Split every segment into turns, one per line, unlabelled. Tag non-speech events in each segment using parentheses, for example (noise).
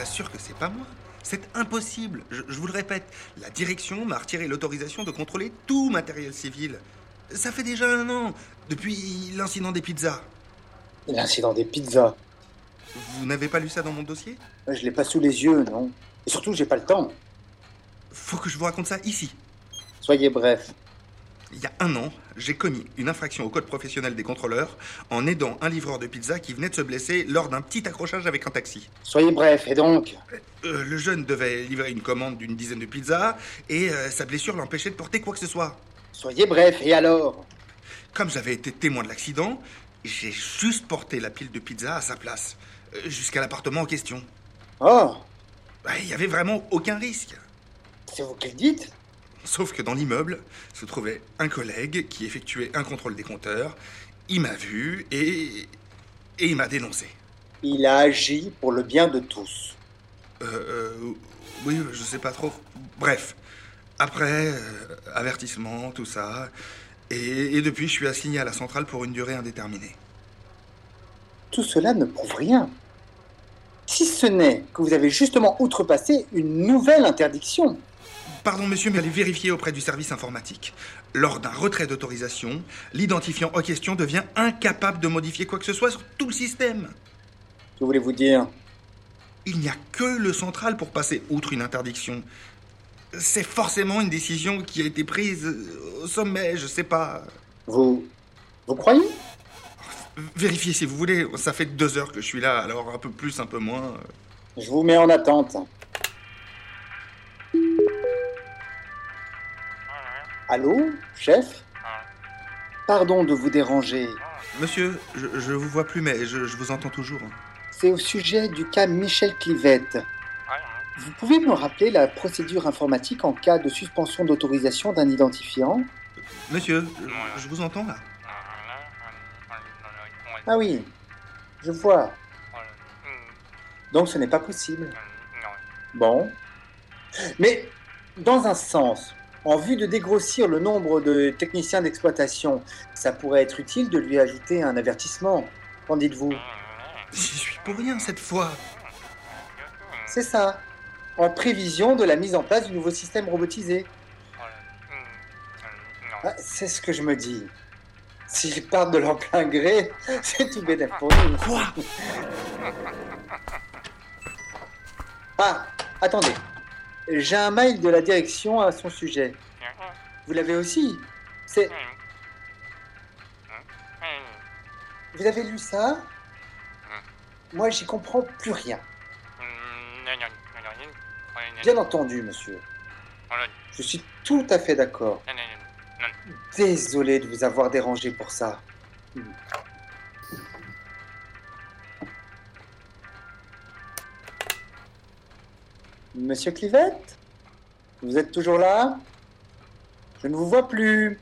assure que c'est pas moi. C'est impossible. Je, je vous le répète, la direction m'a retiré l'autorisation de contrôler tout matériel civil. Ça fait déjà un an, depuis l'incident des pizzas.
L'incident des pizzas. Euh,
Vous n'avez pas lu ça dans mon dossier
Je l'ai pas sous les yeux, non. Et surtout, j'ai pas le temps.
Faut que je vous raconte ça ici.
Soyez bref.
Il y a un an, j'ai commis une infraction au code professionnel des contrôleurs en aidant un livreur de pizza qui venait de se blesser lors d'un petit accrochage avec un taxi.
Soyez bref. Et donc
Euh, le jeune devait livrer une commande d'une dizaine de pizzas et euh, sa blessure l'empêchait de porter quoi que ce soit.
Soyez bref. Et alors
Comme j'avais été témoin de l'accident, j'ai juste porté la pile de pizza à sa place, euh, jusqu'à l'appartement en question.
Oh
Bah, Il n'y avait vraiment aucun risque.
C'est vous qui le dites
Sauf que dans l'immeuble se trouvait un collègue qui effectuait un contrôle des compteurs. Il m'a vu et. et il m'a dénoncé.
Il a agi pour le bien de tous.
Euh, euh, oui, je sais pas trop. Bref. Après, euh, avertissement, tout ça. Et, et depuis, je suis assigné à la centrale pour une durée indéterminée.
Tout cela ne prouve rien. Si ce n'est que vous avez justement outrepassé une nouvelle interdiction.
Pardon, monsieur, mais allez vérifier auprès du service informatique. Lors d'un retrait d'autorisation, l'identifiant en question devient incapable de modifier quoi que ce soit sur tout le système.
Que voulez-vous dire
Il n'y a que le central pour passer outre une interdiction. C'est forcément une décision qui a été prise euh, au sommet, je sais pas.
Vous. Vous croyez
Vérifiez si vous voulez, ça fait deux heures que je suis là, alors un peu plus, un peu moins.
Je vous mets en attente. Allô, chef Pardon de vous déranger.
Monsieur, je, je vous vois plus, mais je, je vous entends toujours.
C'est au sujet du cas Michel Clivette. Vous pouvez me rappeler la procédure informatique en cas de suspension d'autorisation d'un identifiant
Monsieur, je, je vous entends là.
Ah oui, je vois. Donc ce n'est pas possible. Bon. Mais dans un sens, en vue de dégrossir le nombre de techniciens d'exploitation, ça pourrait être utile de lui ajouter un avertissement. Qu'en dites-vous
J'y suis pour rien cette fois.
C'est ça. En prévision de la mise en place du nouveau système robotisé. Ah, c'est ce que je me dis. S'ils partent de leur plein gré, (laughs) c'est tout bénéf pour nous.
Quoi
Ah, attendez. J'ai un mail de la direction à son sujet. Vous l'avez aussi C'est... Vous avez lu ça Moi, j'y comprends plus rien. Bien entendu, monsieur. Je suis tout à fait d'accord. Désolé de vous avoir dérangé pour ça. Monsieur Clivette Vous êtes toujours là Je ne vous vois plus.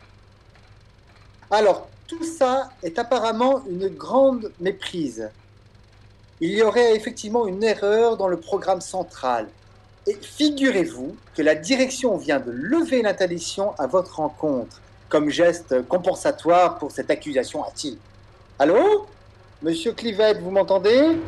Alors, tout ça est apparemment une grande méprise. Il y aurait effectivement une erreur dans le programme central. Et figurez-vous que la direction vient de lever l'interdiction à votre rencontre, comme geste compensatoire pour cette accusation hâtive. Allô Monsieur Clivette, vous m'entendez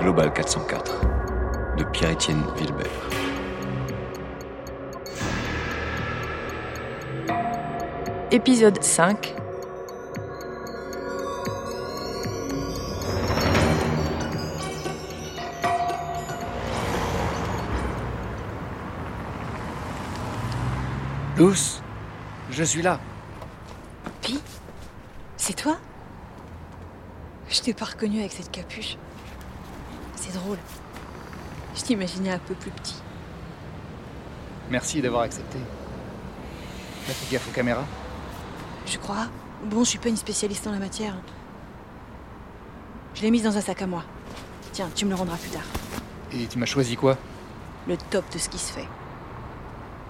Global 404 de Pierre-Étienne Wilbert.
Épisode 5.
Luce, je suis là.
Pi C'est toi Je t'ai pas reconnu avec cette capuche. C'est drôle. Je t'imaginais un peu plus petit.
Merci d'avoir accepté. T'as fait gaffe aux caméras
Je crois. Bon, je suis pas une spécialiste en la matière. Je l'ai mise dans un sac à moi. Tiens, tu me le rendras plus tard.
Et tu m'as choisi quoi
Le top de ce qui se fait.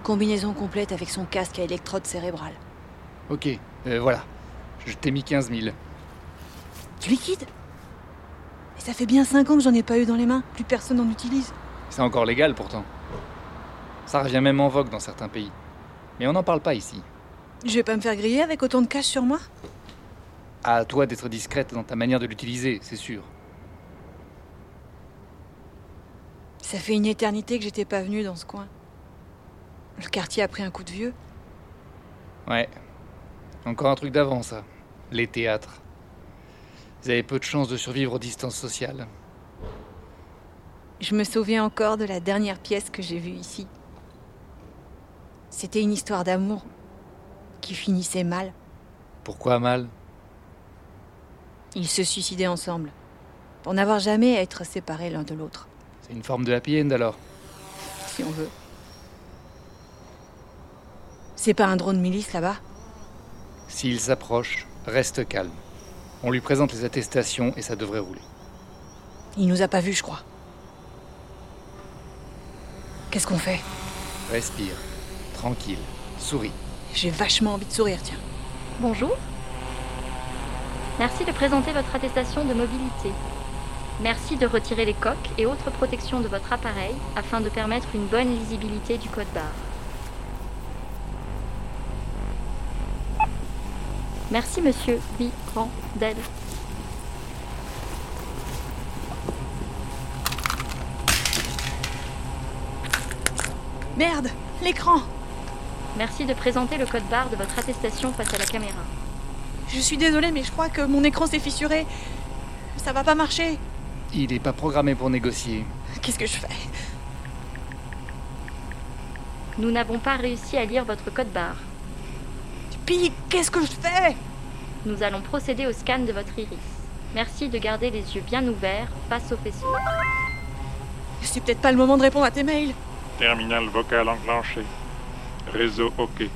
Combinaison complète avec son casque à électrode cérébrale.
Ok, euh, voilà. Je t'ai mis 15 000.
Du liquide Et ça fait bien 5 ans que j'en ai pas eu dans les mains. Plus personne n'en utilise.
C'est encore légal pourtant. Ça revient même en vogue dans certains pays. Mais on n'en parle pas ici.
Je vais pas me faire griller avec autant de cash sur moi
À toi d'être discrète dans ta manière de l'utiliser, c'est sûr.
Ça fait une éternité que j'étais pas venue dans ce coin. Le quartier a pris un coup de vieux.
Ouais. Encore un truc d'avant, ça. Les théâtres. Vous avez peu de chances de survivre aux distances sociales.
Je me souviens encore de la dernière pièce que j'ai vue ici. C'était une histoire d'amour qui finissait mal.
Pourquoi mal
Ils se suicidaient ensemble, pour n'avoir jamais à être séparés l'un de l'autre,
C'est une forme de happy end alors.
si on veut. C'est pas un drone milice là-bas
S'il s'approche, reste calme. On lui présente les attestations et ça devrait rouler.
Il nous a pas vus, je crois. Qu'est-ce qu'on fait
Respire. Tranquille. Souris.
J'ai vachement envie de sourire, tiens.
Bonjour. Merci de présenter votre attestation de mobilité. Merci de retirer les coques et autres protections de votre appareil afin de permettre une bonne lisibilité du code barre. Merci monsieur Birandel.
Merde L'écran
Merci de présenter le code barre de votre attestation face à la caméra.
Je suis désolée, mais je crois que mon écran s'est fissuré. Ça va pas marcher.
Il n'est pas programmé pour négocier.
Qu'est-ce que je fais
Nous n'avons pas réussi à lire votre code barre.
Pi, qu'est-ce que je fais
Nous allons procéder au scan de votre iris. Merci de garder les yeux bien ouverts face au faisceau.
C'est peut-être pas le moment de répondre à tes mails.
Terminal vocal enclenché. Réseau OK.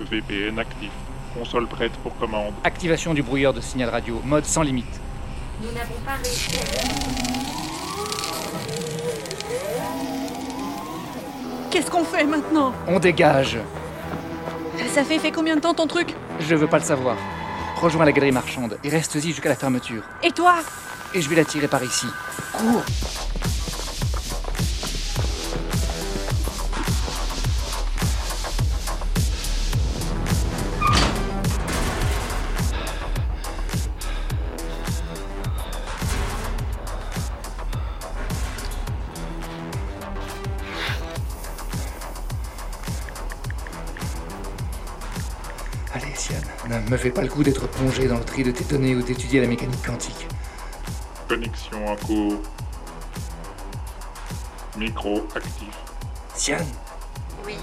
VPN actif. Console prête pour commande.
Activation du brouilleur de signal radio, mode sans limite.
Nous n'avons pas réussi à
Qu'est-ce qu'on fait maintenant
On dégage
Ça fait, fait combien de temps ton truc
Je veux pas le savoir. Rejoins la galerie marchande et reste-y jusqu'à la fermeture.
Et toi
Et je vais la tirer par ici. Cours Allez, Sian, ne me fais pas le coup d'être plongé dans le tri de tes données ou d'étudier la mécanique quantique.
Connexion en cours. Micro actif.
Sian Oui.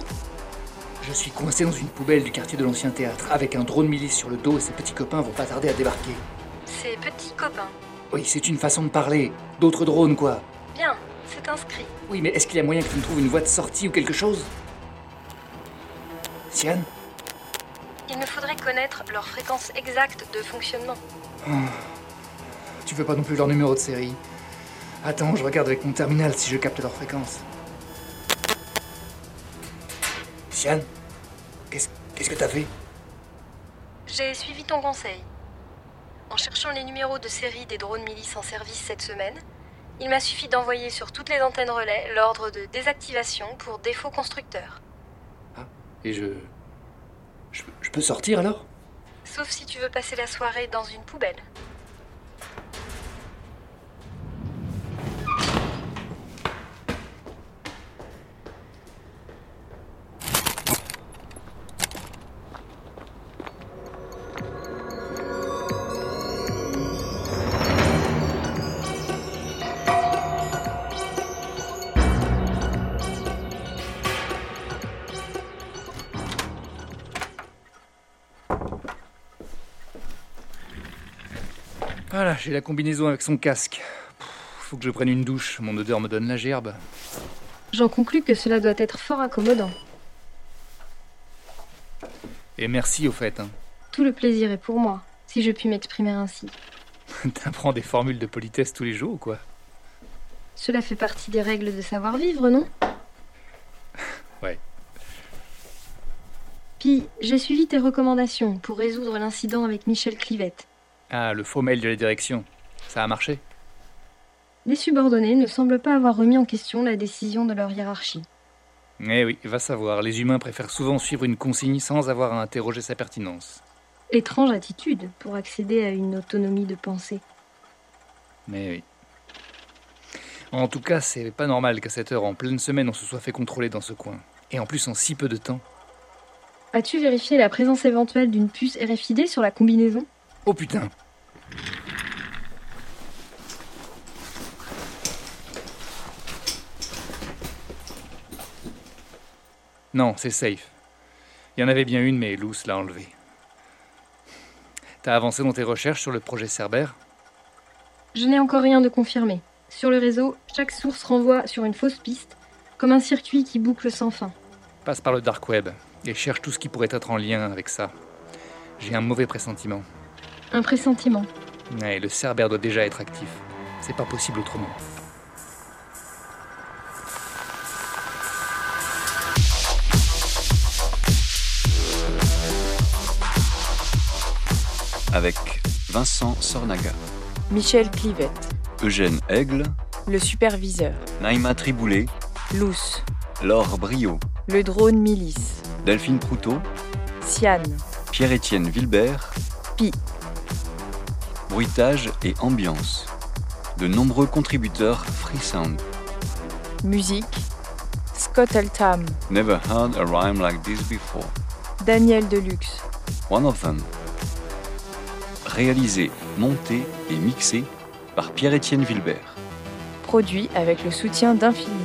Je suis coincé dans une poubelle du quartier de l'ancien théâtre avec un drone milice sur le dos et ses petits copains vont pas tarder à débarquer.
Ces petits copains.
Oui, c'est une façon de parler. D'autres drones, quoi.
Bien, c'est inscrit.
Oui, mais est-ce qu'il y a moyen que tu me trouves une voie de sortie ou quelque chose Sian
Il nous faudrait connaître leur fréquence exacte de fonctionnement.
Ah. Tu veux pas non plus leur numéro de série Attends, je regarde avec mon terminal si je capte leur fréquence. Sian Qu'est-ce qu'est-ce que t'as fait
J'ai suivi ton conseil. En cherchant les numéros de série des drones milices en service cette semaine, il m'a suffi d'envoyer sur toutes les antennes relais l'ordre de désactivation pour défaut constructeur.
Ah, Et je... je. je peux sortir alors
Sauf si tu veux passer la soirée dans une poubelle.
Voilà, j'ai la combinaison avec son casque. Pff, Faut que je prenne une douche, mon odeur me donne la gerbe.
J'en conclus que cela doit être fort accommodant.
Et merci au fait, hein. (laughs)
Tout le plaisir est pour moi, si je puis m'exprimer ainsi.
T'apprends des formules de politesse tous les jours ou quoi
Cela fait partie des règles de savoir-vivre, non
Ouais.
Puis, j'ai suivi tes recommandations pour résoudre l'incident avec Michel Clivette.
Ah, le faux mail de la direction. Ça a marché
Les subordonnés ne semblent pas avoir remis en question la décision de leur hiérarchie.
Eh oui, va savoir, les humains préfèrent souvent suivre une consigne sans avoir à interroger sa pertinence.
Étrange attitude pour accéder à une autonomie de pensée.
Mais oui. En tout cas, c'est pas normal qu'à cette heure, en pleine semaine, on se soit fait contrôler dans ce coin. Et en plus, en si peu de temps.
As-tu vérifié la présence éventuelle d'une puce RFID sur la combinaison
Oh putain Non, c'est safe. Il y en avait bien une, mais Luce l'a enlevée. T'as avancé dans tes recherches sur le projet Cerber
Je n'ai encore rien de confirmé. Sur le réseau, chaque source renvoie sur une fausse piste, comme un circuit qui boucle sans fin.
Passe par le dark web et cherche tout ce qui pourrait être en lien avec ça. J'ai un mauvais pressentiment.
Un pressentiment.
Ouais, le Cerber doit déjà être actif. C'est pas possible autrement.
avec Vincent Sornaga,
Michel Clivette,
Eugène Aigle,
le superviseur,
Naïma Triboulet,
Luce,
Laure Brio,
le drone milice,
Delphine Proutot,
Siane,
Pierre-Étienne Vilbert,
Pi.
Bruitage et ambiance. De nombreux contributeurs Free Sound.
musique, Scott Eltham,
Never heard a rhyme like this before.
Daniel Deluxe,
One of them. Réalisé, monté et mixé par Pierre-Étienne Vilbert.
produit avec le soutien d'Infini.